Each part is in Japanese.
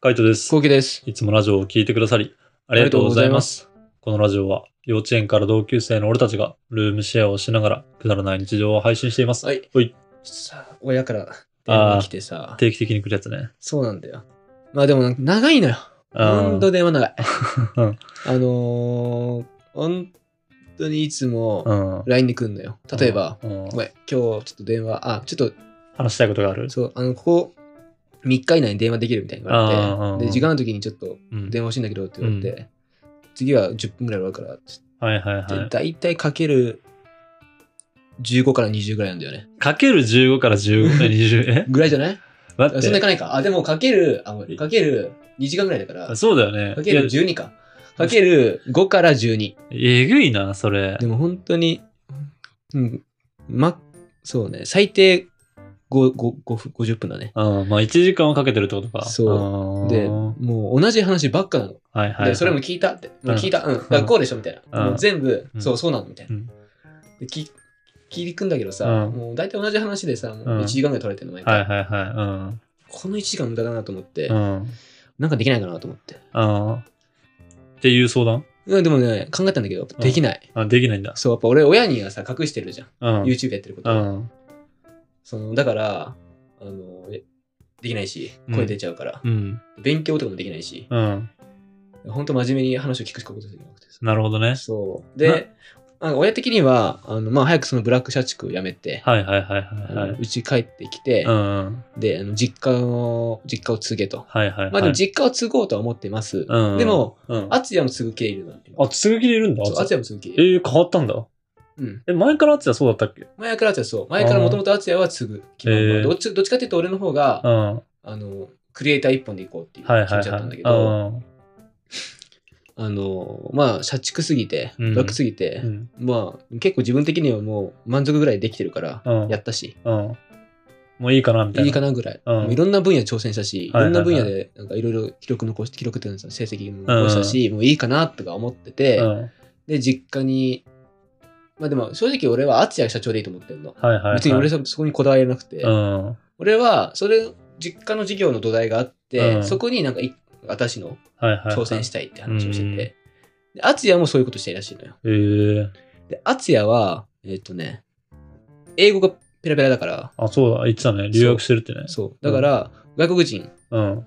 カイトです。こうきです。いつもラジオを聞いてくださり、ありがとうございます。このラジオは、幼稚園から同級生の俺たちが、ルームシェアをしながら、くだらない日常を配信しています。はい。はいさあ、親から電話来てさ、定期的に来るやつね。そうなんだよ。まあでもなんか長いのよ。あーほんと電話長い。うんあのー、ほんとにいつもうん。 LINE に来んのよ。例えば、うん、ごめん、今日ちょっと電話、あ、ちょっ話したいことがあると、そう、あの、ここ3日以内に電話できるみたいに言あーわうんれて、で、時間の時にちょっとうん電話欲しいんだけどって言われて、次は10分ぐらいあるからってはいはいは言って、い。だいたいかける15から20ぐらいなんだよね。かける15から15、20、え ぐらいじゃない待っあそんなていかないか。あ、でもかける、あ、もうかける2時間ぐらいだから、あ。かそうだよね。けるいや12か。かける5から12。えぐいな、それで。も本当に、うん、ま、そうね、最低5、5、5分、50分だね。うん。まあ、1時間をかけてるってことか。そうあーで、もう同じ話ばっかなの。はいはい、で、それも聞いたって。うん聞いた。うん。だからこうでしょみたいな。うんもう全部う、んそう、そうなのみたいなうん。で、き聞いてくんだけどさ、うんもう大体同じ話でさ、もううん1時間ぐらい取れてるの毎はいはい回。はこの1時間無駄だなと思っい。てう、ん。うん。なんかできないかなと思って。あーっていう相談うん、でもね、考えたんだけど、できない。あできないんだ。そう、やっぱ俺、親にはさ、隠してるじゃん。うん。 YouTube やってること。うん。そのだから、あの、えできないし、うん声出ちゃうから、うん。勉強とかもできないし、うん。本当真面目に話を聞くしかことできなくてさ。なるほどね。そう。なで、なんか親的には、あのまあ、早くそのブラック社畜を辞めて、はいはいはいあはいのはうい。ち、帰ってきて、うん。であの実家を、実家を継げと。はいはいはい。まあでも実家を継ごうとは思ってます。うんでも、、うん、あ、敦也も継ぐ系いるの。つぐきでいるんだ。そう、敦敦也も継ぐ系いる。えー、変わったんだ。うん。え、前から敦也そうだったっけ前から敦也そう。前からもともと敦也は継ぐ気分えーどっち。どっちかっていうと俺の方が、うん。はあの、クリエイター一本で行こうっていういはい気持はい。ちだったんだけど、うんあの、まあ、社畜すぎて、うん楽すぎて、うん。まあ、結構自分的にはもう満足ぐらいできてるから、うんやったし、うん。もういいかなみたいな。いいかなぐらい、うんもういろんな分野挑戦したし、いはいろはいんはない分野で、なんかいろいろ記録残して、記録っていうのは成績も残したし、もういいかなとか思ってて、うん。はいで、実家に、まあでも正直俺は敦也社長でいいと思ってるの。はいはい。別に俺そそこにこだわりはなくて、うん。俺はそれ実家の事業の土台があって、うんそこになんかい私のはいはい。。挑戦したたいって話をしてうんて、で敦也もそういうことしてるらしいのよ。えー、で、敦也は、えっ、とね、英語がペラペラだから、あ、そうだ。言ってたね。留学してるってね。そう、だから、外国人うん。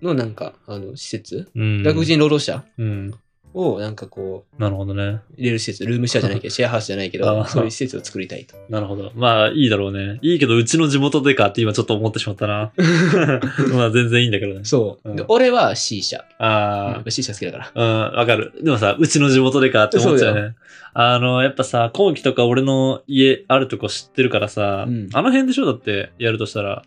のなんか、あの、施設、うん。外国。人労働者うん。をなんかこう、なるほどね。入れる施設、ルームシェアじゃない けど、シェアハウスじゃないけあど、ーそういう施設を作りたい と。なるほど。まあ、いいだろうね。いいけど、うちの地元でかって今ちょっと思ってしまった な。まあ、全然いいんだけどね。そう。うんで、俺は C 社。やあっぱ C 社好きだから。あ、うん、わかる。でもさ、うちの地元でかって思っちゃうそうね。あの、やっぱさ、後期とか俺の家あるとこ知ってるからさ、うんあの辺でしょだってやるとしたら。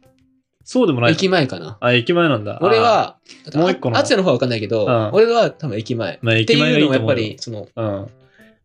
そうでもない。駅前かな。あ、駅前なんだ。俺は、もう一個の敦也の方は分かんないけどうん、俺は多分駅あ前。ー、まあ、って駅前がいいういのとも思やうっよぱり、その、うん。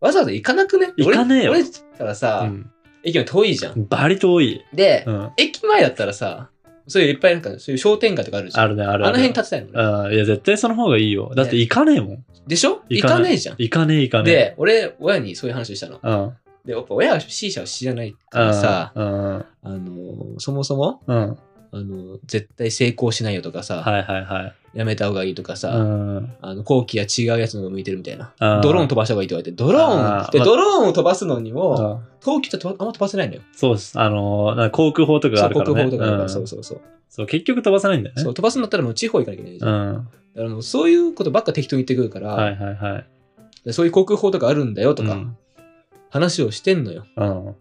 わざわざ行かなくね行かねえよ俺俺からさ、う駅の遠いじゃん。ん。バリと多い。で、うん。駅前だったらさ、そういういっぱいなんか、そういう商店街とかあるじゃん。あるね、あるあある。の辺立てたいの、俺うん。いや、絶対その方がいいよ。だって行かねえもん。でしょ行行かないかねえじゃん。行かねえ、行かねえ。、で、俺、親にそういう話をしたの。うん。で、やっぱ親は C 社を知らないかうんらさ、うん。あの、そもそも、うん。あの、絶対成功しないよとかさ、はいはいはい。やめた方がいいとかうさ、ん。あの、後期は違うやつの方が向いてるみたいな。あードローン飛ばした方がいいとか言って、ドロあーンーで、まドローンを飛ばすのにも、あ東京ってあんま飛ばせないのよ。そうです。あのー、なんか航空法とかがそあう、るから国ね。宝とかだから、うんそうそうそう。そう結局飛ばさないんだよね。そう飛ばすんだったらもう地方行かなきゃいけないじゃ。うんん。だからもうそういうことばっか適当に言ってくるから、はいはいはい。でそういう航空法とかあるんだよとうかん話をしてんのよ。うん。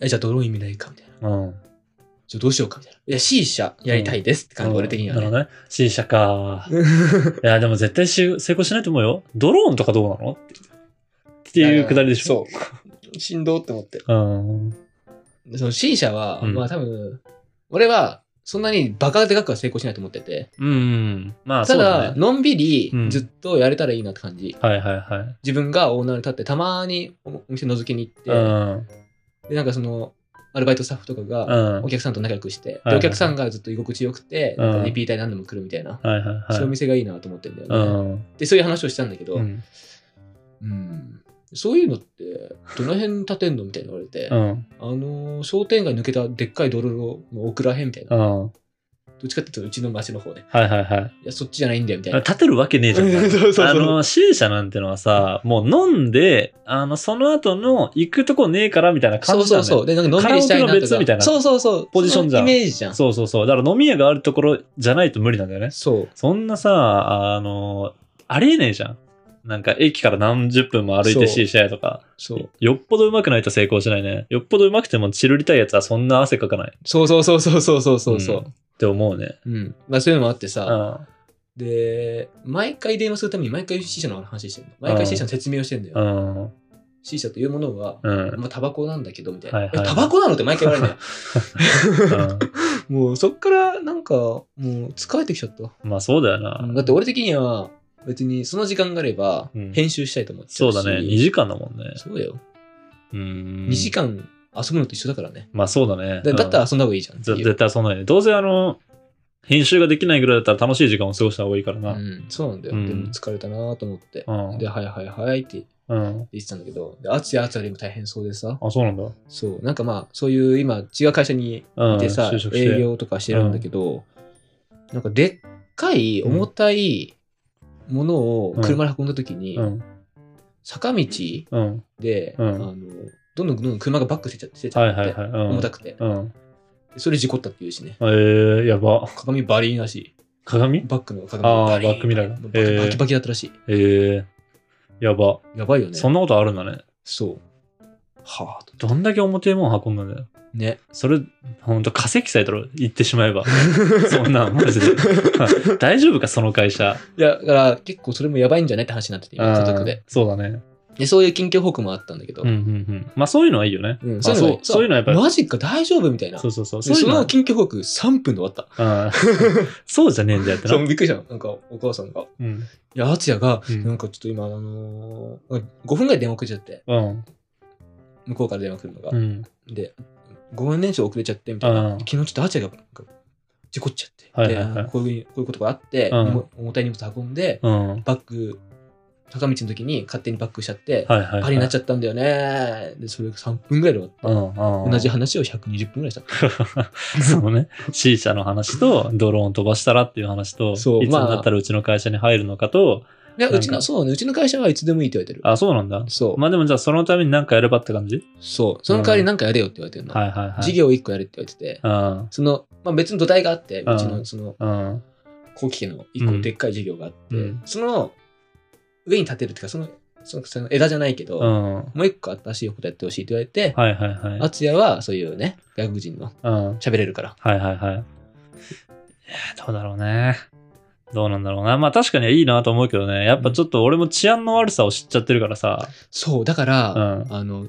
えじゃあドローン意味ないかみたいな。うん。じゃあどうしようかみたいな。いや C 社やりたいですって感じ、俺的にはなるね。ほどね。C 社か。 いや、でも絶対し成功しないと思うよ。ドローンとかどうなのっていうくだりでしょ。そう。振動って思って。そう。うん。でその C 社は、うんまあ多分、俺はそんなにバカでかくは成功しないと思ってて、うん。まあ、そうただ、だね。のんびりうんずっとやれたらいいなって感じ。はいはいはい。自分がオーナーに立って、たまにお店覗きに行って、うん。で、なんかその、アルバイトスタッフとかうが、ん。お客さんと仲良くして、はいはいでお客さんがずっと居心地よくて、うんなんかリピーターに何度も来るみたいな、はいはいそういうおはい。店がいいなと思ってんだようね。ん。で、そういう話をしたんだけど、ううんん。そういうのって、どの辺建てんのみたいな言われて、うん。あのー商店街抜けたでっかい道路の奥らへんみたいな、うん。どっちかっていうとうちの町の方で、いはいはいはい。や、そっちじゃないんだよみたいな。立てるわけねえじゃん。 そうそうそうあの、支援者なんてのはさ、もう飲んで、あの、その後の行くとこねえからみたいな感そうじなそんうだよそう。で、なんかのんびりしたいなとカラオケの別か。みたいなそうそうそう。ポジションじゃんそのイメージじゃん。そうそうそう。だから飲み屋があるところじゃないと無理なんだよね。そう。そんなさ、あの、ありえねえじゃん。なんか駅から何十分も歩いそうて C 試合とか。そう。よっぽど上手くないと成功しないね。よっぽど上手くてもチルりたいやつはそんな汗かかないそうそうそうそうそうそうそうそう。って思うね。うん。まあそういうのもあってうさ、ん。で、毎回電話するために毎回 C 社の話してるの。毎回 C 社の説明をしてるんだうよ。ん。 C 社というものは、うん。まあタバコなんだけど、みたいな。はいはいはいえタバコなのって毎回言われるんだよ。 もうそっからなんか、もう疲れてきちゃった。まあそうだよな。だって俺的には、別にその時間があればうん、編集したいと思ってそうだね。2時間だもんね。そうだよ。うん。 2時間遊ぶのと一緒だからね。まあそうだね。だだったうらん遊んだ方がいいじゃんってぜいう。絶対そんなね。どうせあの、編集ができないぐらいだったら楽しい時間を過ごした方がいいからうな。ん、そうなんだよ。うんでも疲れたなと思ってう。んで、。はいはいはいってうん。言ってたんだけど、で暑い暑いでも大変そうでさ、あ、そうなんだ。そう、なんかまあ、そういう今、違う会社にうん。いてさ就、職して。営業とかしてるんだけど、なんかでっかいうん重たいものを車で運んだ時にう、ん。坂道うん。で、あうんのどんどんどんどん車がバックしてちゃしてちはゃいっはいては、い。重たうくて。ん。うん。それ事故ったっていうしね。えー、やば。鏡バリーンらしい。鏡バックの鏡ああバリーンバックミラーがバへえバキバキだったらしい。えー、やば。やばいよね。そんなことあるんだね。そう。はあと。どんだけ重てえもん運んだんだよ。ね。それ、ほんと化石さえとろ、言ってし まえば。そんなん、マジで。 大丈夫か、その会社。いや、だから結構それもやばいんじゃないって話になってて、今家族あーで。。そうだね。で、そういう近況報告もあったんだけど、うんうんうん。まあそういうのはいいよね。うんあそそうういうのはそういうのはやっぱり。マジか大丈夫みたいな。そでうそうそう。そそういうののは近況報告3分で終わった。うんそうじゃねえんだよってなそう。びっくりしたの。なんかお母さんが。いうん。や、敦也が、うんなんかちょっと今、あのー、5分ぐらい電話くれちゃって、うん。向こうから電話くるのが。うん。で、5年生遅れちゃってみたいな。うん昨日ちょっと敦也がなんか事故っちゃって、はいはいはいでこういうこういうことがあって、うん重重たい荷物運んで、うん。はいバック、坂道の時に勝手にバックしちゃって、はいはい。パリになっちゃったんだよね。で、それが3分ぐらいで終わった。うんうん。同じ話を120分ぐらいした。 そのね、C 社の話と、ドローン飛ばしたらっていう話と、いつそうにまあなったらうちの会社に入るのかと、で、んかうちの、そうね、うちの会社はいつでもいいって言われてる。あ、そうなんだ。そう、まあでもじゃあそのために何かやればって感じそう。その代わりなんかやれよって言われてるの。はいはいはい。事業1個やれって言われてて、うん。その、まあ、別の土台があって、うんうちのその、うん。後期家の1う個んでっかい事業があって、うんその上に立てるっていうか、その、そのその枝じゃないけど、うん。はもう1個新しいことやってほしいって言われて、いはいはい。敦也はそういうね、外国人のうん。喋れるから。はいはいはい。いやどうだろうね。どうなんだろうな。まあ確かにいいなと思うけどね。やっぱちょっと俺も治安の悪さを知っちゃってるからさ。そう、だから、うん。あの、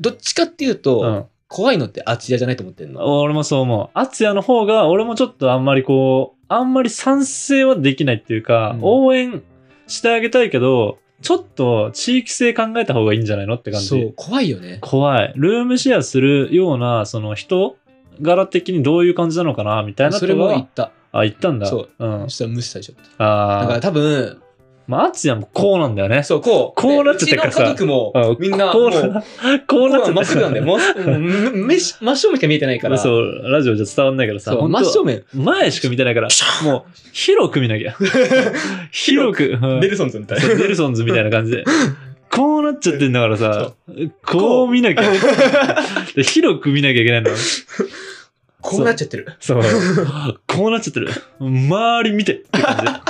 どっちかっていううと、ん、怖いのって敦也じゃないと思ってんの。俺もそう思う。敦也の方が俺もちょっとあんまりこう、あんまり賛成はできないっていうか、うん応援してあげたいけど、ちょっと地域性考えた方がいいんじゃないのって感じ。そう、怖いよね。怖い。ルームシェアするような、その人柄的にどういう感じなのかなみたいなそとれも言はっ、た。あ、言ったんだ。そう。うんそ。したら無視されちゃった。あだあから。多分、まあ、アツヤもこうなんだよね。そう、こう。こうなっちゃってるからさうちの家族も、みんな、もこうう、な、こうなっちゃ真っって白なんだよ。もう、もうめ真正面しか見えてないから。そう。そう、ラジオじゃ伝わんないからさ、本当真正面。前しか見てないから、もう、広く見なきゃ。広く、うんデルソンズみたいそうネルソンズみたいな感じで。こうなっちゃってんだからさ、こう見なきゃ。で広く見なきゃいけないの。こうなっちゃってる。そう。こうなっちゃってる。周り見てって感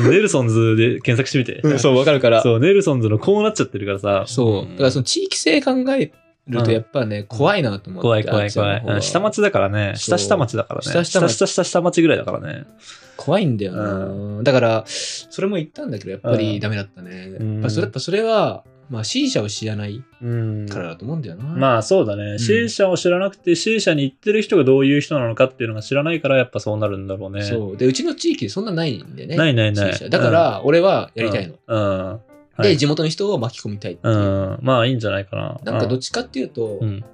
じ。ネルソンズで検索してみて。うん、そう、わかるから。そう、ネルソンズのこうなっちゃってるからさ。そう。だからその地域性考えるうんと、やっぱね、怖いなと思って。怖い怖い怖あっいちの方うはん。下町だからね。そ下う下町だからね。下下下下町下下下町ぐらいだからね。怖いんだよな。だから、それも言ったんだけど、やっぱうりんダメだったね。うんやっぱそれやっぱそれは、まあ、C 社を知らないうんからだと思うんだよな。まあそうだね。支援者を知らなくて、支援者に行ってる人がどういう人なのかっていうのが知らないから、やっぱそうなるんだろうね。そう。で、うちの地域そんなないんでね。ないないない支持者だから、俺はやりたいの。うん。うん。はで、い地元の人を巻き込みたいっていうう。ん。まあいいんじゃないかな。なんかどっちかっていうと、うん。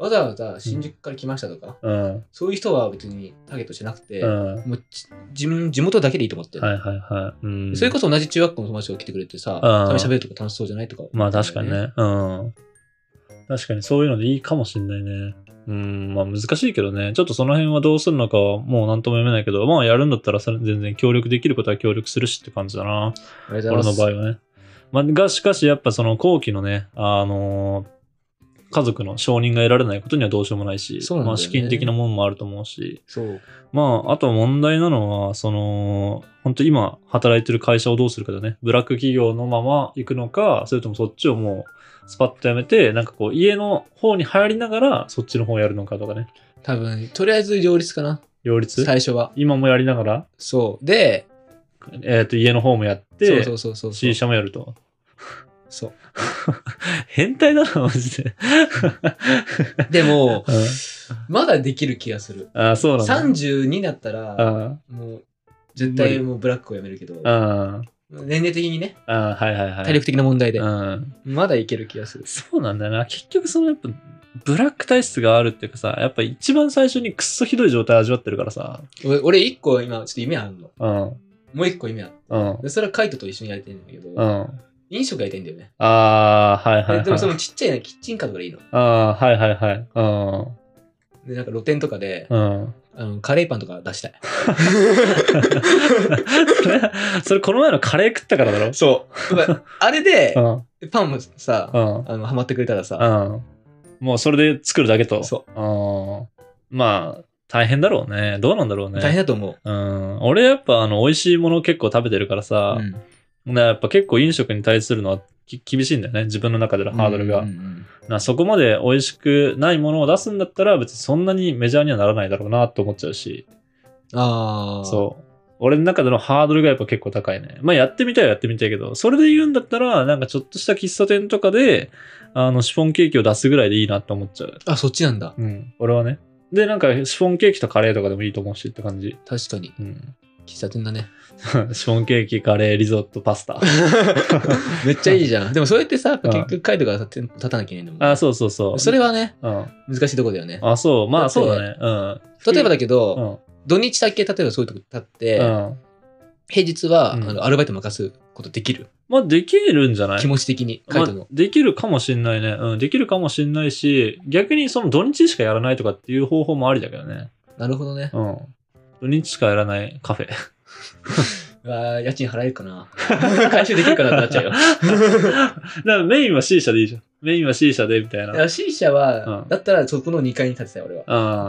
わざわざ新宿から来ましたとか、うん。そういう人は別にターゲットじゃなくて、うん。もうち自分地元だけでいいと思ってる、はいはいはい。うん。それこそ同じ中学校の友達が来てくれてさ、うん喋るとか楽しそうじゃないとか、まあ確かに。ね。うん。確かにそういうのでいいかもしんないね。うん、まあ難しいけどね。ちょっとその辺はどうするのかはもう何とも読めないけど、まあやるんだったらそれ全然協力できることは協力するしって感じだな。ありがとうご俺ざの場合います。はね。まあ、が、しかしやっぱその後期のね、あのー家族の承認が得られないことにはどうしようもないし、そうなんだまよあね資金的なものもあると思うし、そう。まあ、あと問題なのは、その、本当今働いてる会社をどうするかだね。ブラック企業のまま行くのか、それともそっちをもうスパッとやめて、なんかこう家の方に入りながらそっちの方をやるのかとかね。多分、とりあえず両立かな。両立最初は。今もやりながら、そう。で、えっ、と、家の方もやっそて、うそうそうそう。 C 社もやると。そう。変態だな、マジで。でも、うんまだできる気がする。あそうなんだ。 32になったら、あもう、絶対もうブラックをやめるけど、あ年齢的にね、ああはいはいはい。体力的な問題で、うん。まだいける気がする。そうなんだよな。結局そのやっぱ、ブラック体質があるっていうかさ、やっぱ一番最初にくっそひどい状態味わってるからさ。俺、俺一個今、ちょっと夢あるの。うん。もう一個夢ある。うん。でそれはカイトと一緒にやりたいんだけど、うん。あ飲食やりたいんだよね。あー、はいはいではい。でもそのちっちゃいなキッチンカーとかでいいの。ああー、はいはいはい。うん。で、なんか露店とかで、うん。 あのカレーパンとか出したい。それ、それこの前のカレー食ったからだろそう。やっぱあれでう、ん。パンもさ、うん。あのハマってくれたらさ、うん。もうそれで作るだけと。。そうん。まあ、大変だろうね。どうなんだろうね。大変だと思う。うん。俺やっぱあの、美味しいもの結構食べてるからさ、うんなやっぱ結構飲食に対するのはき厳しいんだよね。自分の中でのハードルが。うんうんうんなそこまで美味しくないものを出すんだったら別にそんなにメジャーにはならないだろうなって思っちゃうし、ああ。そう。俺の中でのハードルがやっぱ結構高いね。まあやってみたいはやってみたいけど、それで言うんだったら、なんかちょっとした喫茶店とかで、あの、シフォンケーキを出すぐらいでいいなって思っちゃう。あ、そっちなんだ。うん、俺はね。で、なんか、シフォンケーキとカレーとかでもいいと思うしって感じ。確かに。うん。 喫茶店だね。シフォンケーキ、カレー、リゾット、パスタ。めっちゃいいじゃん。でもそれってさ、やっぱうん結局カイトが立て立たなきゃいけないんだもん。あ、そうそうそう。それはね、うん。難しいとこだよね。あ、そう。まだあ、ってそうだね。うん。例えばだけけど、ど、土日だけ例えばそういうとこ立っうて、ん。うん。平日は、うんあのアルバイト任すことできる、まあ、できるんじゃない気持ち的にカイトの、まあできるかもしんないね。うん。できるかもしんないし、逆にその土日しかやらないとかっていう方法もありだけどね。なるほどね、うん。土日しかやらないカフ ェ。うわー家賃払えるかな 回収できるかなってなっちゃうよ だからメインは C 社でいいじゃん。メインは C 社でみたいだかな。ら C 社は、うんだったらそこの2階に建てたい俺は、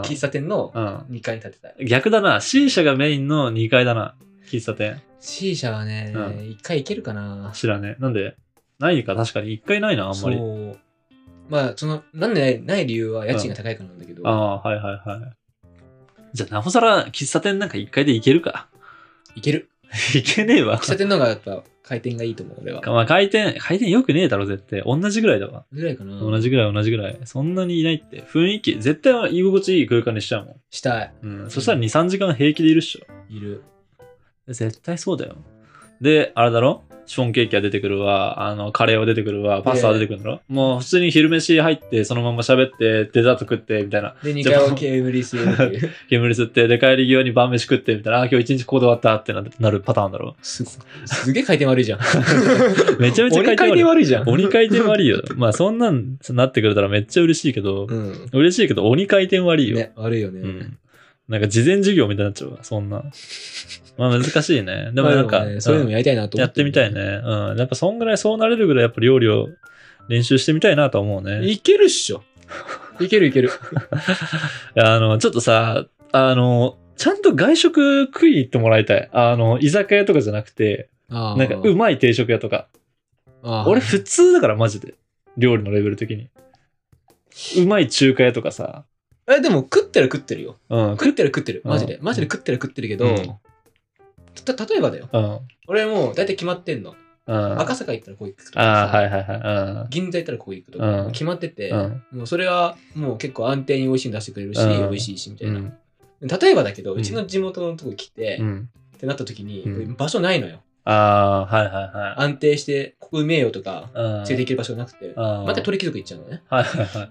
うん。喫茶店のうん。 2階に建てたい逆だな。C 社がメインの2階だな。喫茶店。 C 社はね、うん1回行けるかな知らねえ。なんでないか確かに1階ないな、あんまり。そうまあそのなんでないない理由は家賃が高いからなんだけど、行ああー、はいはいはい。じゃあ、なおさら喫茶店なんか1階で行けるか。 ける行けねえわ喫。茶店の方がやっぱ回転がいいと思う俺はまあ回転、回転良くねえだろ、絶対。同じぐらいだわ。ぐらいかな同じぐらい、同じぐらい。そんなにいないって。雰囲気、絶対は居心地いい空間にしちゃうもん。したいうん。そしたら2、3時間平気でいるっしょ。いる絶対そうだよ。で、あれだろシフォンケーキが出てくるわ、あの、カレーは出てくるわ、パスタは出てくるんだろ、もう普通に昼飯入って、そのまま喋って、デザート食って、みたいな。で2階は煙吸えるっていう 煙吸って、で、帰り際に晩飯食って、みたいな。あー、今日一日ここで終わったってななるパターンだろすすげえ回転悪いじゃん めちゃめちゃ回俺転回悪転い。悪いじゃん鬼回転悪いよ。まあ、そんなんなってくれたらめっちゃ嬉しいけど、うん嬉しいけど鬼回転悪いよ。ね悪いよね、うん。なんか事前授業みたいになっちゃうわ、そんな。まあ難しい ね。でもなんまか、あでねそういうのうんもやりたいなと思やってみたいね。うん。やっぱそんぐらいそうなれるぐらいやっぱ料理を練習してみたいなとは思うね。いいけるっしょいけるい けるやあの、ちょっとさ、あの、ちゃんと外食食いに行ってもらいたい。あの、居酒屋とかじゃなくて、あーなんかうまい定食屋とか。あー俺普通だからマジで。料理のレベル的に。うまい中華屋とかさ。えでも食ってる食ってるようん。食ってる食ってるマジでうんマジで食ってる食ってるけうどんた例えばだようん。俺もう大体決まってんのうん。赤坂行ったらこう行くとかああ、さはいはいは銀座行ったらこう行くとうかん決まってて、い。うん。うん。もうそれはもう結構安定に美味しいの出してくれるし、うん美味しいしみたいな、うん例えばだけど、ううんちの地元のとこ来て、うっん。てなった時に、うん場所ないのよああー、はいは安定してここうめえよとかいはい。連れて行ける場所がなくて、うんまた鳥貴族行っちゃうのねはいはいはい。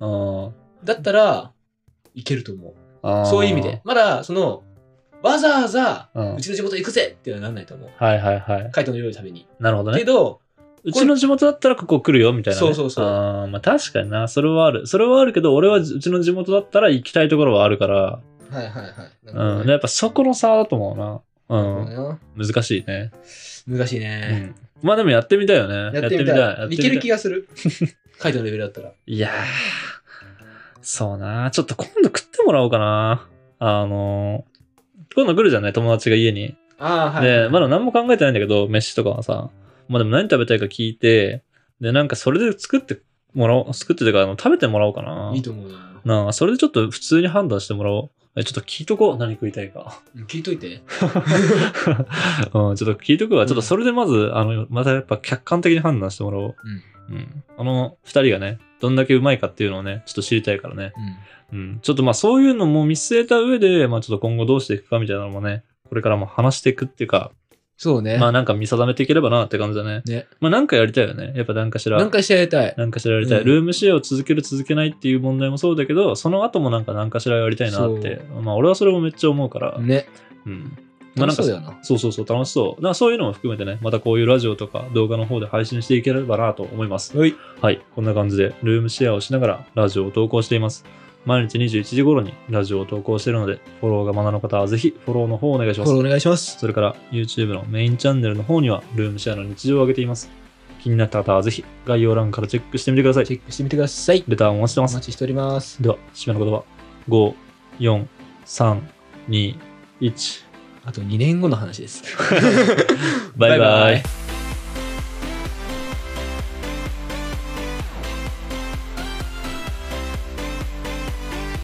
うんだったら行けると思うあー そういう意味で。まだそのわざわざうんうちの地元行くぜっていうのはなんないと思うはいはいはい。カイトの料理食べに、なるほどけね。どうちの地元だったらここ来るよ、みたいな、ね。そうそうそうあーまあ確かにな。それはある。それはあるけど、俺はうちの地元だったら行きたいところはあるから、はいはいはい。うん。やっぱそこの差だと思ううな。ん。うん。難しいね。難しいうね。ん。まあでもやってみたいよね。やってみたい。やってみいたけい。る気がす る。カイトのレベルだったら。いやー、そうなー。ちょっと今度食ってもらおうかな。あのー、今度来るじゃない友達が家に。ああ、はい。で、まだ何も考えてないんだけど、飯とかはさ。まあでも何食べたいか聞いて、で、なんかそれで作ってもらおう、作っててか、あの食べてもらおうかな。いいと思うな。なあ、それでちょっと普通に判断してもらおう。え、ちょっと聞いとこう。何食いたいか。 聞いといて。うん、ちょっと聞いとくわ。うんちょっとそれでまず、あの、またやっぱ客観的に判断してもらおう。うん。あの、二人がね、どんだけうまいかっていうのをね、ちょっと知りたいからね。うん、ちょっとまあそういうのも見据えた上で、まあちょっと今後どうしていくかみたいなのもね、これからも話していくっていうか、そうね。まあなんか見定めていければなって感じだね。ね。まあなんかやりたいよね。やっぱなんかしら。何回してやりたい。なんかしらやりたい、うんルームシェアを続ける続けないっていう問題もそうだけど、その後もなんかなんかしらやりたいなって。まあ俺はそれもめっちゃ思うから。ね。うん。まあ楽なんしそかうだよな。そうそうそう、楽しそう。だからそういうのも含めてね、またこういうラジオとか動画の方で配信していければなと思います。はい。はい、こんな感じでルームシェアをしながらラジオを投稿しています。毎日21時頃にラジオを投稿しているので、フォローがまだの方はぜひフォローの方をお願いしフまォロす。ーお願いします。それから YouTube のメインチャンネルの方にはルームシェアの日常を上げています。気になった方はぜひ概要欄からチェックしてみてくださチい。ェックしてみてください。レターをお待ちしておます。待ちしております。では、締めの言葉。5、4、3、2、1。あと2年後の話です。 バイバイ。バイバイ